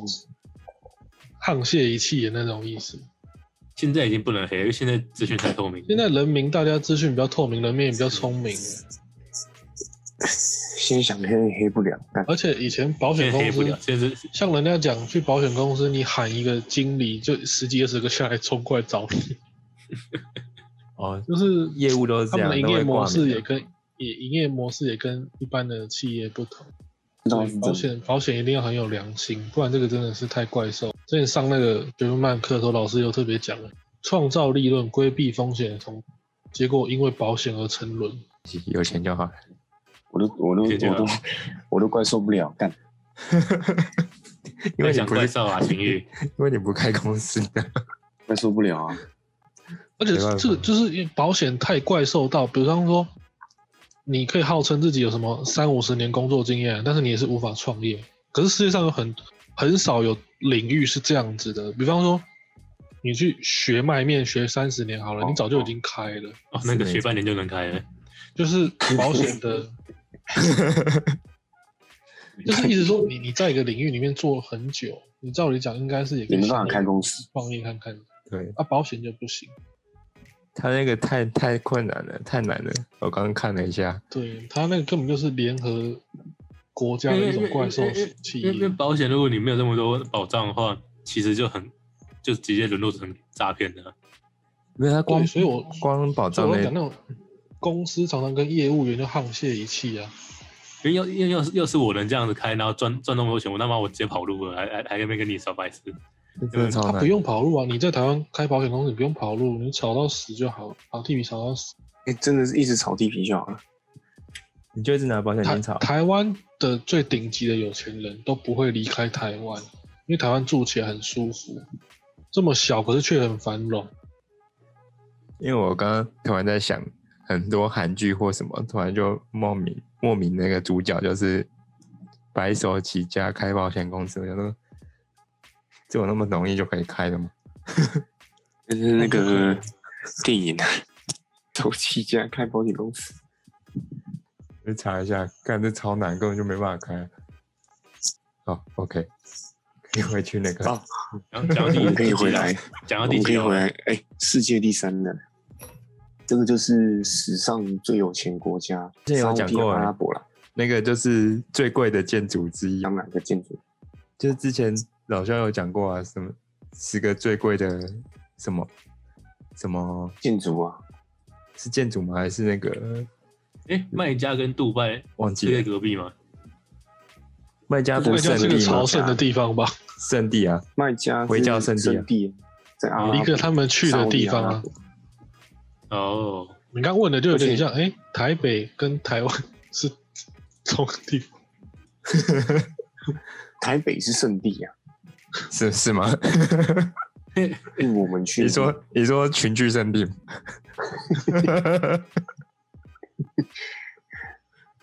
沆瀣一气的那种意思。
现在已经不能黑了，因为现在资讯太透明了。
现在人民大家资讯比较透明，人民也比较聪明，
先想黑也黑不了，但
而且以前保
现
险
在
公
黑不
司
了，现在是
像人家讲去保险公司，你喊一个经理，就十几二十个下来冲过来找你，
哦，
就是
业务都是
他
这
们的
样，
营
都
业
会
模
挂
式
名啊
也
的
跟也营业模式也跟一般的企业不同。
不知道
哦
对
是
保
真的。
险保险一定要很有良心，不然这个真的是太怪兽。之前上那个学分曼课的时候，老师有特别讲了，创造利润、规避风险的同，结果因为保险而沉沦。
有钱就
*laughs*
好了。
我都我都
解决
我都
了
我都怪受不了，干
因为你
想
不
怪
是
兽啊，情欲。
因为你不开公司的， *laughs*
怪受不了 *laughs* 啊！
而且
没办法
这个就是因为保险太怪兽到，比方说，你可以号称自己有什么三五十年工作经验，但是你也是无法创业。可是世界上有很很少有领域是这样子的，比方说，你去学卖面学三十年好了，
哦
你早就已经开了，
哦，那个学半年就能开了，
就是保险
*laughs*
的，就是一直说你你在一个领域里面做很久，你照理讲应该是也可
也
以
没办法开公司，
创业看看，
对
啊，保险就不行。
他那个太太困难了，太难了。我刚刚看了一下，
对他那个根本就是联合国家的一啊种怪兽型企
因为因为
业，啊
保险，如果你没有这么多保障的话，其实就很就直接沦落成诈骗的啊。
因为他光
对所以我
光保
所以
障
我讲那
那
种公司常常跟业务员就沆瀣一气啊，
因为要因为要是要是我能这样子开，然后赚赚那么多钱，我他妈我直接跑路了，还还还没跟你耍白痴。
真的超
他
难
不。用跑路啊，你在台湾开保险公司你不用跑路，你炒到死就好，把地皮炒到死。
哎、真的是一直炒地皮就好了。
你就一直拿保险
台
金炒，
台湾的最顶级的有钱人都不会离开台湾，因为台湾住起来很舒服，这么小，可是却很繁荣。
因为我刚刚突然在想，很多韩剧或什么，突然就莫名莫名那个主角就是白手起家开保险公司，我想说，这有那么容易就可以开的吗？
就是那个电影 *laughs* 啊，头七家开保险公司，
我去查一下，干这超难，根本就没办法开。好、o k 可以回去那个。
好
讲讲到第
我们可以
第
回
几啊
来，
讲
我
到第
们可
几
以
啊
回来。哎、世界第三的，这个就是史上最有钱国家，
之前有
沙
讲
地
过
阿
啊
拉伯啦，
那个就是最贵的建筑之一，啊
当然的建筑，
就是之前老肖有讲过啊，什么十个最贵的什么什么
建筑啊，
是建筑吗？还是那个
哎，麦加跟杜拜
忘
就
记
在
了？
隔壁吗？
麦加
那
不
个
圣
是个
地吗
朝？圣的地方吧？
圣地啊，
麦加
回教圣
圣
地啊
地，在阿拉伯
一个他们去的地方啊。。
哦，
你刚问的就有
而
点
且
像，哎、台北跟台湾 *laughs* 是同个地方，
台北是圣地啊，
*laughs* 是是 *laughs* 吗？
是我们去
你说你说群聚圣地吗？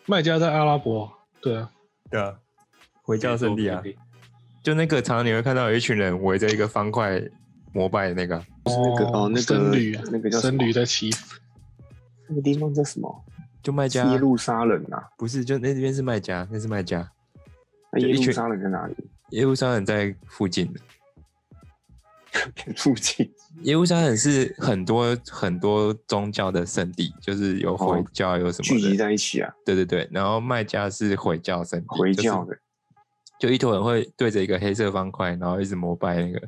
卖家在阿拉伯，对啊，
*laughs* 对啊，回教圣地啊
可以，
就那个常常你会看到有一群人围着一个方块膜拜的那个啊，
就是那个哦那个
僧侣啊，
那个叫什
僧
么
侣在祈福，
那个地方叫什么？
就卖家
耶路撒冷啊，
不是就那边是卖家，那是卖家，
那
就
耶
一群
路撒冷在哪里？
耶路撒冷在附近的。
附近。
耶路撒冷是很多很多宗教的圣地，就是有回
哦
教有什
聚
么
集
的，
在一起啊，
对对对。然后麦加是回教圣地，
回
就是
教的，
就一坨人会对着一个黑色方块，然后一直膜拜
*laughs*
那个，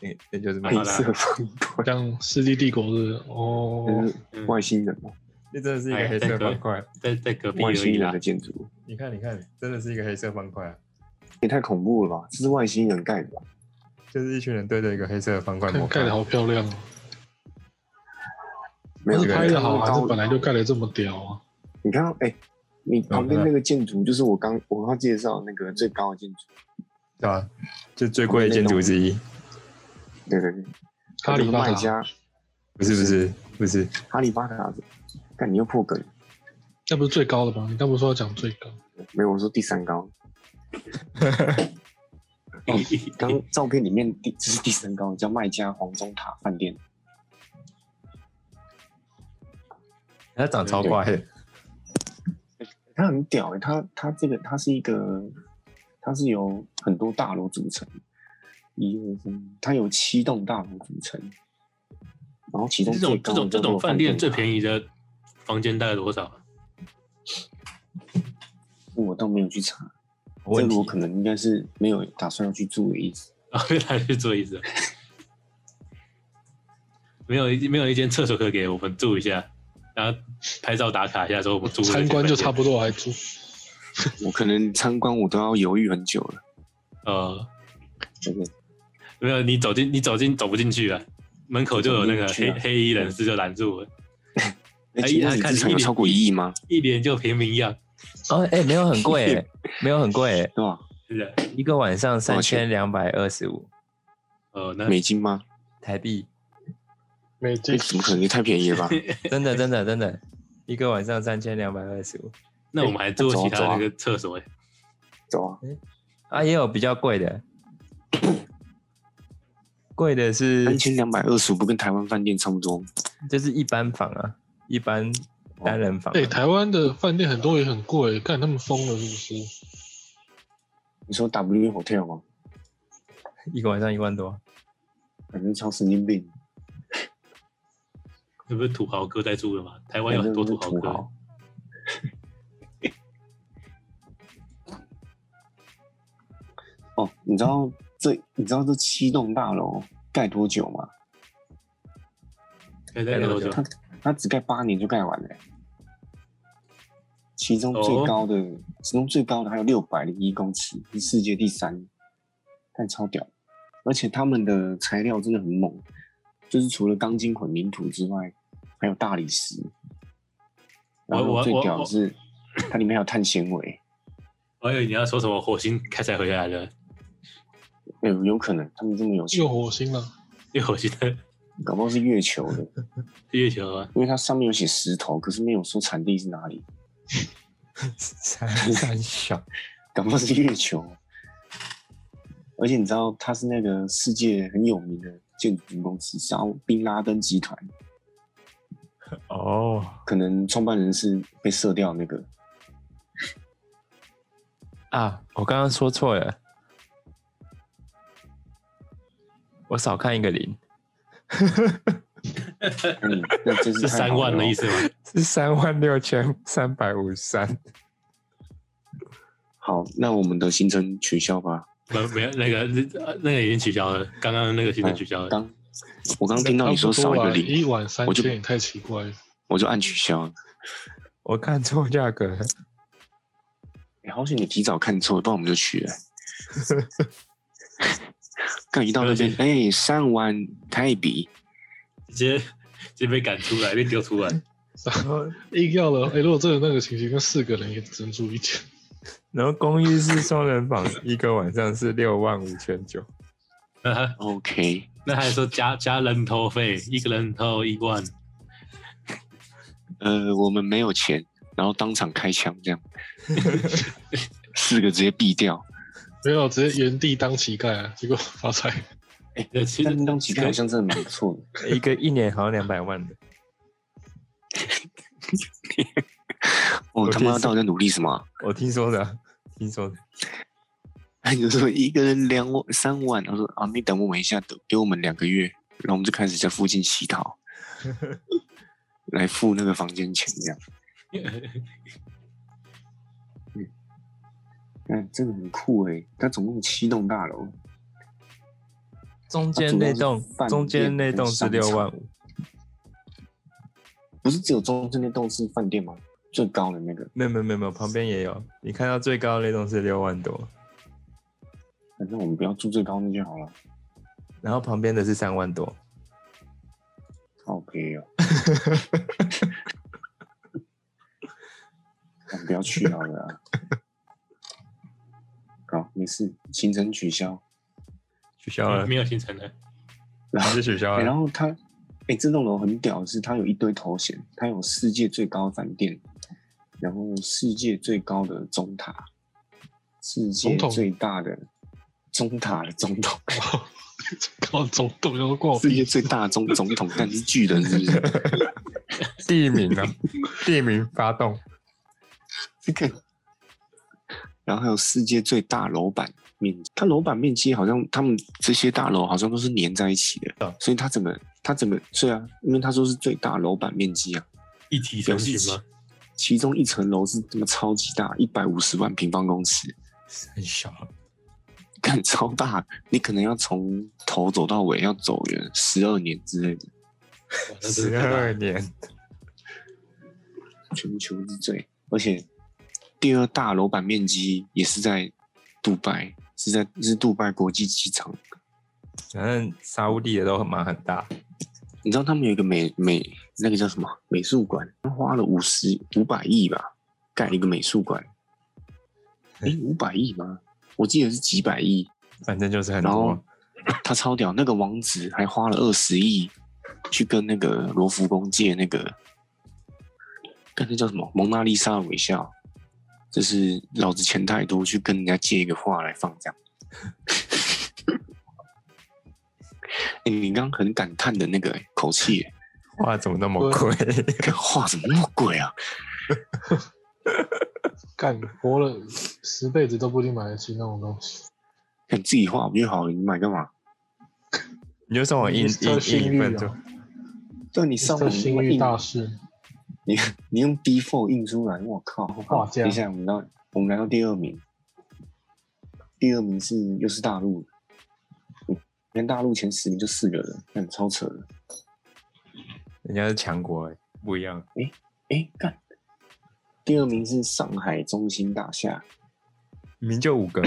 那那就是麦
黑
加，
色方块，
像《世纪帝国》是哦，
就是外星人嘛，
*laughs* 那真的是一个
哎
黑
那
色
个
方块。
在在隔
哦
壁而
外星
已
人
啦
的。建筑
你看，你看，真的是一个黑色方块啊，
也太恐怖了吧？这是外星人盖的吧？
就是一群人对着一个黑色的方块膜
看
拜
盖的。好漂亮哦、
没有
是拍的好还
高
是本来就盖的这么屌啊？
你看到哎、你旁边那个建筑就是我刚我刚介绍那个最高的建筑，
对吧？就最贵的建筑
*laughs*
之一，
对对对，
哈利
那
法
个麦
塔，
加
不是不是
*laughs*
不是，
哈利巴塔，看你又破梗，
那不是最高的吗？你刚不是说要讲最高？
没有我说第三高，
*laughs*
刚照片里面第这是第三高，叫麦加黄钟塔饭店，
它长超快的，
它很屌哎、它它这个它是一个，它是由很多大楼组成，一二三，它有七栋大楼组成，然后其中
这
最
种这
高的
种这
叫
种
做
饭店最
宜，
便宜的房间大概多少 *laughs* 啊？
我倒没有去查，这
问
个
题
我可能应该是没有打算要去住的意
*laughs*
思。
啊，原来是这意思。没有一没有一间厕所可以给我们住一下，然后拍照打卡一下，说我们住过这间
参观就
饭店
差不多还住，
我可能参观我都要犹豫很久了，
呃，
真的。
没有你走进你走进走不进去啊，门口就有那个
走不进
黑
去啊
黑衣人士就拦住我，
那
哎
请
他
问你
看
资产
你一
有
脸
超过一亿吗？
一脸就平民样，
哦，哎，没有很贵，
*laughs*
哎没有很贵，哎
对吧？
是的，
一个晚上三
少
千
钱
两百二十五
呃，那
美金吗？
台币，
美
那
金
怎么可能？也太便宜了
*laughs*
吧！
真的真的真的，一个晚上三千两百二十五
那我们还住
走啊
其他
走啊
那个厕所哎，
走啊，
啊，也有比较贵的，贵的是
三千两百二十五，不跟台湾饭店差不多吗？
就是一般房啊，一般单人房啊、
哎、台湾的饭店很多也很贵，看他们疯了是不是？
你说 W Hotel 吗？
一个晚上一万多，
反正超神经病，
那不是土豪哥在住的吗？台湾有
反
很
正
多
都是
土豪
土
哥
豪。。 *laughs* 哦，你知道这你知道这七栋大楼盖多久吗？
可以在多久？
它它只盖八年就盖完了欸、其中最
哦
高的，其中最高的还有六百零一公尺，是世界第三，但超屌。而且他们的材料真的很猛，就是除了钢筋混凝土之外，还有大理石。
我
然后
我
最
我
屌的
我
是，它里面还有碳纤维，
我以哎为你要说什么火星开采回来的，
有有可能他们这么有钱
又，火星了，啊
因为我觉得
搞不好是月球的，
月球啊，
因为它上面有写石头，可是没有说产地是哪里，
*laughs* 三三小，
搞不好是月球。而且你知道，它是那个世界很有名的建筑公司，然后宾拉登集团，
哦，
可能创办人是被射掉那个，
啊，我刚刚说错了，我少看一个零，
嗯，那真
*laughs*
是
是三万的意
思。
思吗？
是三万六千三百五十三。
好，那我们的行程取消吧。
没没有那个那呃那个已经取消了，刚刚那个行程取消了。
刚我刚听到你说少一个零，
啊一晚三
我就
千也太奇怪了。
我就按取消了。
我看错价格了，
哎、好险你提早看错，不然我们就去了。 *laughs* 刚一到
*laughs*
那边，哎、三万泰币，
直接直接被赶出来，被丢出来。
然后
硬要了，哎、如果真的那个情形，那四个人也只能住一间，
然后公寓是双人房，一个晚上是六万五千九，
那他
OK，
那还说加加人头费，一个人头一万，
呃，我们没有钱，然后当场开枪这样，四个直接毙掉。
没有直接原地当乞丐啊，结果发财。
那其实
但当乞丐好像真的蛮不错的，
*laughs* 一个一年好像两百万的。
哦我他
我
妈
真是
到底在努力什么啊？
我听说的啊，听说的。
你就说一个人两万三万，他说啊，你等我们一下，等给我们两个月，然后我们就开始在附近乞讨，来付那个房间钱这样。嗯，这个很酷诶、它总共有七栋大楼，
中间那栋
啊它主要是饭店，
中间那栋是
跟
六
商
万
场
五，
不是只有中间那栋是饭店吗？最高的那个，
没有没有没有没有，旁边也有。你看到最高的那栋是六万多，
反正我们不要住最高那就好了。
然后旁边的是三万多。
好便宜
*laughs*
哦，我们不要去好了啊、好，没事，行程取消。
取消了，
没有行程了。
然后
嗯是取消
啊
欸然
了。
后它，哎、这栋楼很屌，是它有一堆头衔，它有世界最高饭店，然后世界最高的钟塔，世界
总统
最大的钟塔的总统，
靠，总动要过
世界最大的总总统，但是巨人是不是？
地名呢？地名发动，
这个，然后还有世界最大楼板面积，它楼板面积好像他们这些大楼好像都是连在一起的，所以它整个它整个对啊，因为他说是最大楼板面积啊，
一体成型吗？
其中一层楼是这么超级大，一百五十万平方公尺，
很小。
干超大，你可能要从头走到尾，要走远十二年之类的，
哇那真
十
的太大
二
了
年，
全球之最。而且第二大楼板面积也是在杜拜，是在是杜拜国际机场。
反正沙乌地的都很蛮很大，
你知道他们有一个美美那个叫什么美术馆，花了五十五百亿吧，盖一个美术馆。诶，五百亿吗？我记得是几百亿。
反正就是很
然后
多。
他超屌，那个王子还花了二十亿去跟那个罗浮宫借那个，干那叫什么《蒙娜丽莎的微笑》，就是老子钱太多，去跟人家借一个画来放这样。 *laughs* 哎、你刚刚很感叹的那个口气，
哇，怎么那么贵？
干画怎么那么贵啊？
干活了十辈子都不一定买得起那种东西。
看自己画不就好了？你买干嘛？
*laughs* 你就送我印印
Mr.
印一份
幸运
就
啊
对，你
这
上网
幸
印
运大师，
你你用 D four 印出来，我靠！
画家
等一下，我们到我们来到第二名，第二名是又是大陆，嗯连大陆前十名就四个人，那超扯的。
人家是强国、欸，不一样。
哎，干！第二名是上海中心大厦，
明明就五个，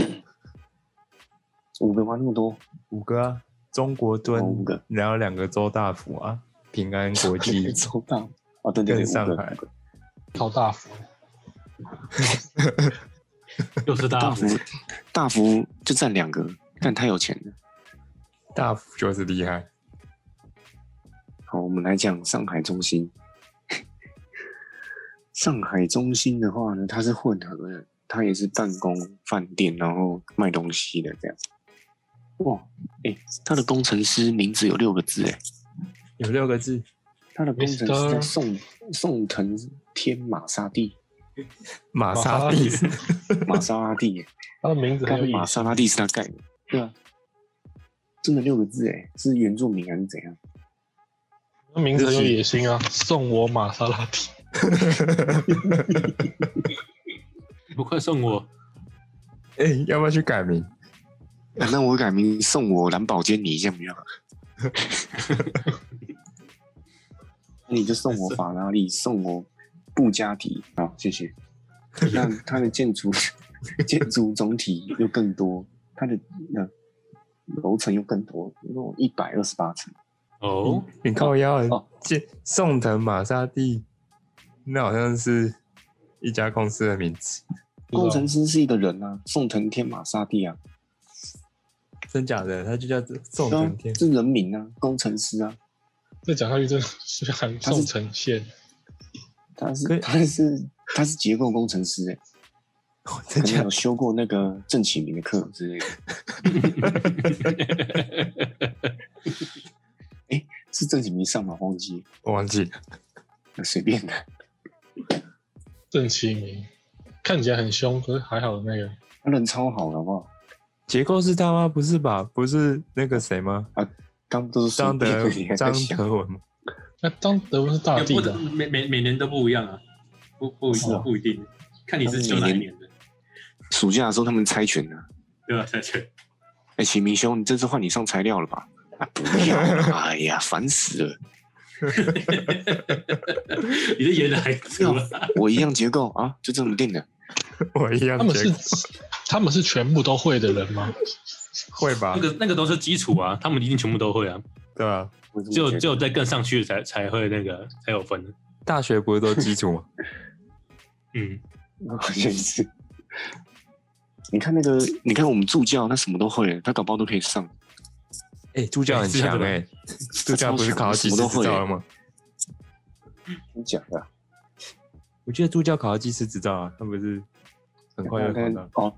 五个吗？那么多？
五个啊，中国
哦
盾
五个，
然后两个周大福啊，平安国
*laughs*
际，
超大哦，对对对，
跟上
五个
海
靠大福，
又是大
大
幅
福，大福就占两个，但太有钱了。
大福就是厉害。
好，我们来讲上海中心。上海中心的话呢，它是混合的，它也是办公、饭店，然后卖东西的这样。哇，哎、他的工程师名字有六个字哎、
有六个字，
他的工程师
Mr.
叫宋宋腾天玛莎蒂，
玛莎
蒂
蒂，
玛莎拉蒂、欸，
他的名字
该
很
不
有
会
意
玛
思。
莎拉蒂是他盖的？对啊，真的六个字哎、是原住民还是怎样？
他名字很有野心啊！送我玛莎拉蒂，
你不快送我？
*laughs* 哎、要不要去改名？
啊 *laughs* 那我改名送我蓝宝坚尼，像不啊
*laughs*
像？那你就送我法拉利，送我布加迪，好，谢谢。那它的建
*laughs*
筑建筑总体又更多，它的那楼层又更多，那种一百二十八层。
哦，
你靠腰很
哦
这宋腾玛莎蒂，那好像是一家公司的名字，
工程师是一个人啊，宋腾天玛莎蒂啊，
真假的？他就叫宋
对啊
腾天，
是人名啊，工程师啊，
这讲下去真的是 *laughs* 很
他是
宋呈现，
他
可
是
以
他是他是结构工程师哎、
哦真
可
假
能有修过那个郑启明的课之 *laughs* 类的。是郑启明上吗？忘记
我忘记了。
了，随便的。
郑其明，看起来很凶，可是还好的那个
他人超好的，好不好？
结构是他吗？不是吧？不是那个谁吗？
刚都是
张德
随便的
张
你还在想
德文 *laughs* 吗？
那张德文是大
也
地
不
的，
每每每年都不一样啊，不不
是啊
不一定，看你是修哪一年的，
暑假的时候他们猜拳呢、
对吧？才 *laughs* 全
哎、启明兄，你这次换你上材料了吧？啊，不要了！哎呀，烦死了！
你是演的还错啊，
我一样结构啊，就这么定的。
我一样
他们
结
是 *laughs*
构
他们是全部都会的人吗？
会吧
那？个那个都是基础啊，他们一定全部都会啊，
对吧？
我这么
只有
觉得 *laughs*
只有再更上去的才才会那个才有分。
大学不是都基
*laughs*
础吗？
嗯，
好像是。你看那个，你看我们助教，他什么都会，他搞不好都可以上。
哎，助教很
是这样
强
的
哎，助
他
教
超
不是
强
考了
啊什
几
么
十
都
执
会
照了吗？
真假的啊？
我记得助教考了技师执照啊，他不是很快就考
然
到
后，他哦，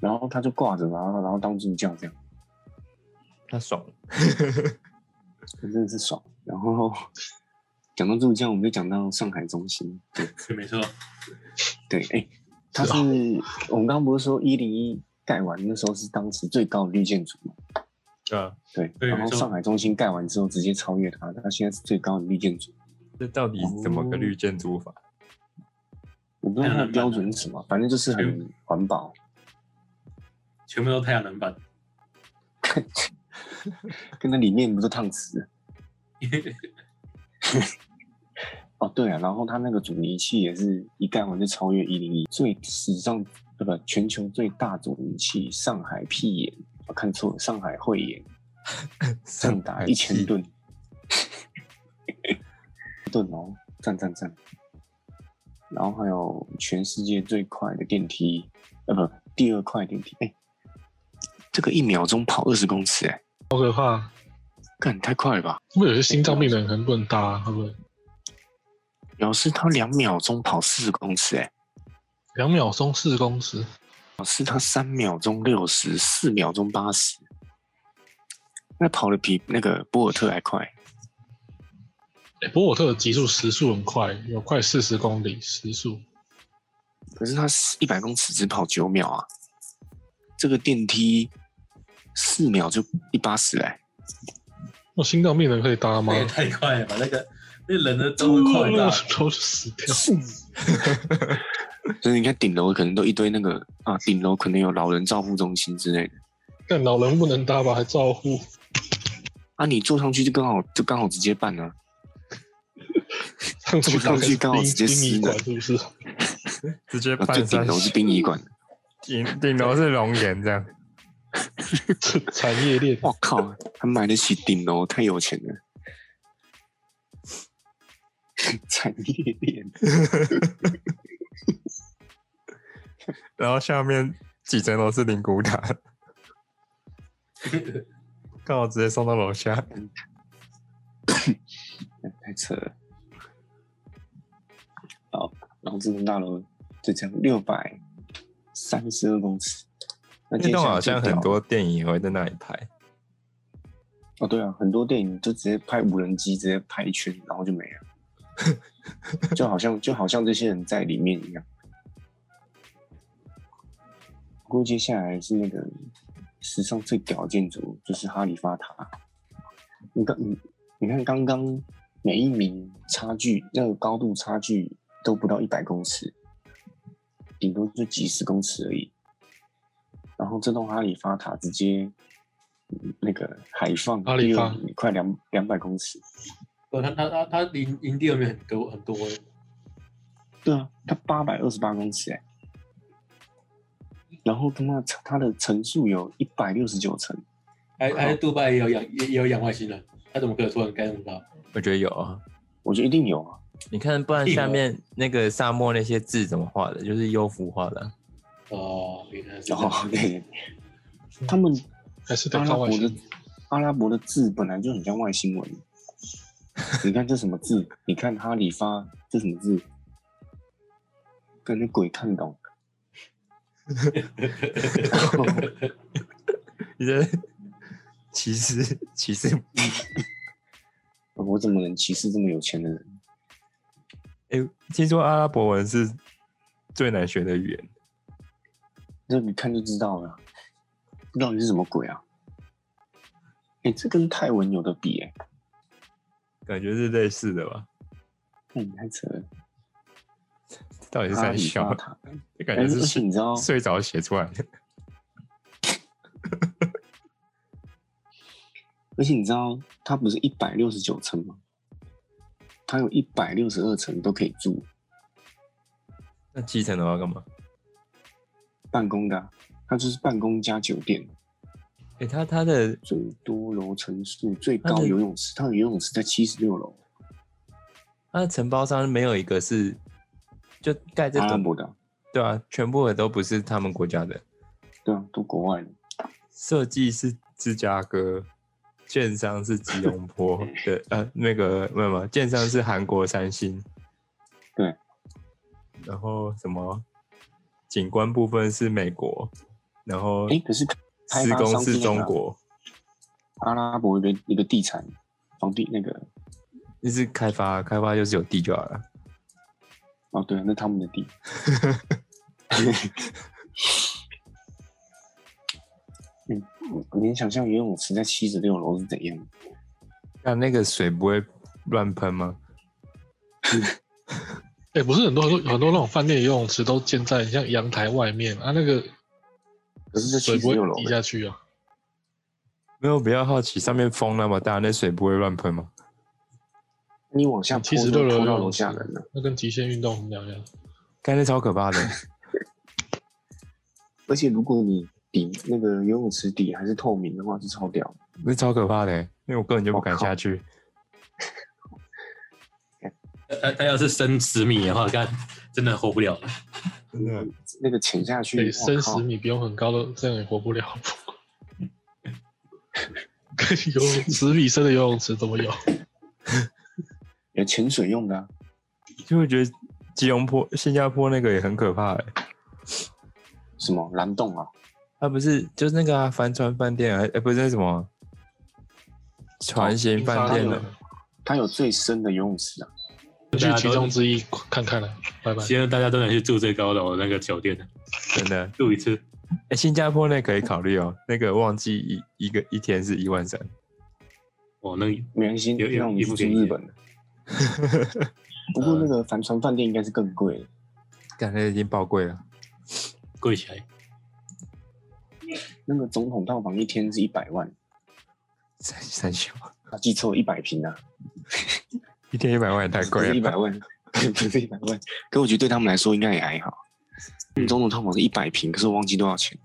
然后他就挂着，然后然后当助教这样，
他爽了。
真的是爽。然后讲到助教，我们就讲到上海中心。
是没错，
对，哎、它是
是
我们刚刚不是说一零一盖完那时候是当时最高的绿建筑嘛？
对啊，
对，
对
然后
没错
上海中心盖完之后直接超越它，它现在是最高的绿建筑。
这到底怎么
哦
个绿建筑
*laughs*
法？
我不知道它的标准是什么，反正就是很环保。
全部都太阳能板，
跟它里面不是烫瓷？哦，对啊，然后它那个阻尼器也是一盖完就超越一零一，最史上不不全球最大阻尼器上海屁眼，我看错了，上海慧眼
上
上达啊一千吨，吨哦，赞赞赞！然后还有全世界最快的电梯，呃，不，第二快电梯，哎、这个一秒钟跑二十公尺、哎，
好可怕！
干太快了吧！
会不会有些心脏病的人可能不能搭、啊？会不会
表示他两秒钟跑四十公尺、哎，
两秒钟四公尺？
表示他三秒钟六十，四秒钟八十，那跑的比那个博尔特还快。
欸博尔特的极速时速很快，有快四十公里时速。
可是他一百公尺只跑九秒啊，这个电梯四秒就一八十嘞，
那心脏病的人可以搭吗
那？也太快了吧？那个那人的都会快
*laughs*
到，
头就死掉。
所以你看顶楼可能都一堆那个啊，顶楼可能有老人照护中心之类的
*laughs* 但老人不能搭吧？还
*laughs*
照顾？
啊，你坐上去就刚好就刚好直接办啊，
上去
上去刚好直接
殡
死
仪
了
馆是不是？ *laughs*
直接
啊、最
半
顶
山
楼是殡仪馆，
顶顶楼是龙岩这样，
是产业
*laughs*
链。
我靠，他买得起顶楼，太有钱了， *laughs* 产业链，
然后下面几层楼是灵骨塔，刚好直接送到楼下。
太扯了。好，然后这栋大楼就这样六百三十二公尺。那
那
接
栋
下来
好
最
像很
屌
多电影也会在那里拍，
哦，对啊，很多电影就直接拍无人机，直接拍一圈，然后就没了，就好像就好像这些人在里面一样。不过接下来是那个史上最屌的建筑，就是哈利法塔。你刚你你看刚刚每一名差距那个高度差距都不到一百公尺，顶多就几十公尺而已。然后这栋哈利法塔直接嗯那个海放
哈利法
第二名快两两百公尺，
不，他他他他离营地有没有很多很多？
对啊，它八百二十八公尺哎、然后他妈它的层数有一百六十九层，
还还是杜拜也有氧也也有氧外星人，他怎么可能突然盖那么高？
我觉得有啊。
我觉得一定有啊。
你看，不然
屁
下
股
面那个沙漠那些字怎么画的？就是优芙画的啊。
哦，原来是这
然
样
后对，他们
还是得
阿拉
靠外
伯的
星。
阿拉伯的字本来就很像外星文，你看这什么字？你看哈里发这什么字？感觉鬼看
*laughs*
懂。
你这歧视歧视？
我怎么能歧视这么有钱的人？
哎、听说阿拉伯文是最难学的语言。
这你看就知道了，到底是什么鬼啊？哎、这跟泰文有的比哎、
感觉是类似的吧？
那你太扯了。
到底是
哈
在
利
笑
法？塔，
这感
而
觉
且而且
是睡
哎你知道，
睡着写出来的。
而且你知道，它不是一百六十九层吗？它有一百六十二层都可以住
那七层的话干嘛？
办公的啊、它就是办公加酒店，
哎、他他的
最多楼层数最
它
高
的
游泳池，它的游泳池在七十六楼，
他的承包商没有一个是就盖这
阿拉
种，
伯的啊，
对啊，全部的都不是他们国家的。
对啊，都国外的。
哦设计是芝加哥，建商是吉隆
*laughs*
坡的，呃，那个没有没有，建商是韩国三星，
对，
然后什么景观部分是美国，然后
哎、可是开
施
发
工
商
是
那
中
个啊
国，
阿拉伯一个一个地产房地那个
就是开发开发就是有地就好了。
哦，对啊，那他们的
*laughs*
地。嗯，我能想象游泳池在七十六楼是怎样？
那那个水不会乱喷吗？
哎、不是很多很多很多那种饭店游泳池都建在像阳台外面啊，那个
可是这
水不
76
会
楼
滴下去啊。
没有，比较好奇，上面风那么大，那水不会乱喷吗？
你往下
七
泼
十
就泼
六楼游
到
泳
楼
池
下人了。，
那跟极限运动很两样。
干那超可 *laughs* 怕的。
而且如果你底那个游泳池底还是透明的话，是超屌。
那超可怕的欸，因为我根本就不敢
我靠
下去。
他他要是深十米的话，干真的活不了了。
真的，
那个潜下
对，
去，
深
我
十
靠，
米不用很高的，这样也活
*laughs*
不了。跟游泳十米深的游泳池怎么有？
有潜水用的啊、
就会觉得吉隆坡、新加坡那个也很可怕欸。
什么蓝洞啊？
它不是就是那个啊，帆船饭店啊，哎、不是那什么船型饭店哦的，
它有最深的游泳池啊！
去其中之一看看了，拜拜。
希望大家都能去住最高楼的那个酒店，
真的。
住一次。
哎、新加坡那可以考虑哦，那个旺季一一个一天是一万三，
哦，那
没关系，
有有
那我们
一
去
部
住
电影
日
*laughs*
本的。不过
嗯
那个帆船饭店应该是更贵的。
感觉已经爆贵了。
跪起来，
那个总统套房一天是一百万，
三三小
啊，记错一百平啊，
一天一百万也太贵
一
了吧
百？万， *laughs* 不是一百万。可我觉得对他们来说应该也还好。
嗯
总统套房是一百平，可是我忘记多少钱。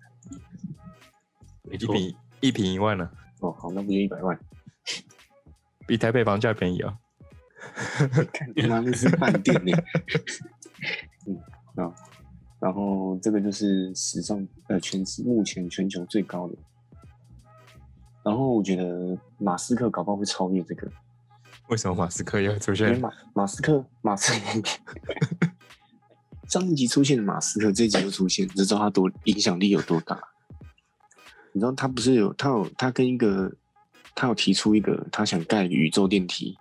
没
一
错，
平一平一万呢、
哦，好，那不就一百万？
比台北房价便宜哦。
看他妈那是饭店呢。 *laughs* 嗯，啊，然后这个就是史上呃全是目前全球最高的。然后我觉得马斯克搞不好会超越这个，
为什么马斯克又出
因为
现？
马马斯克，马斯克， *laughs* 上一集出现的马斯克，这一集又出现，你知道他多影响力有多大？你知道他不是有他有他跟一个他有提出一个他想盖宇宙电梯，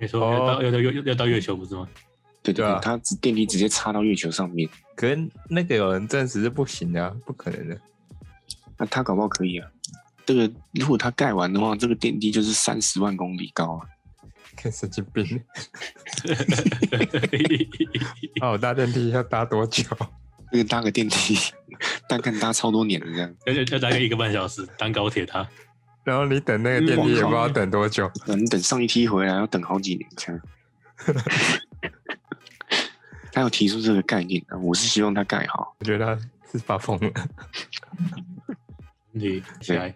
你说要到要到月要到月球不是吗？ *laughs*
对对
对啊
他直电梯直接插到月球上面，
可是那个有人证实是不行的、啊，不可能的。
那他搞不好可以啊。这个如果他盖完的话，这个电梯就是三十万公里高啊！
看神经病，哦，搭电梯要搭多久？
这个搭个电梯， *laughs* 但看搭超多年了这样。
要要要大概一个半小时，当高铁它。
然后你等那个电梯也不知道等多久。
可能等上一梯回来要等好几年才。他有提出这个概念啊，我是希望他盖好。
我觉得他是发疯了，
问题起来，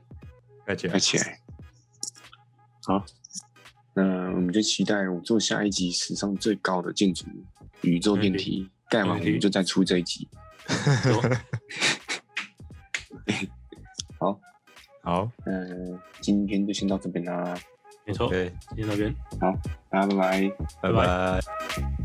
而且
盖起来。好，那我们就期待我做下一集史上最高的建筑物——宇宙电梯。盖完我们就再出这一集。
好，
嗯、今天就先到这边啦，
没错，
对，
今天那边。
大家拜拜。
拜
拜
拜。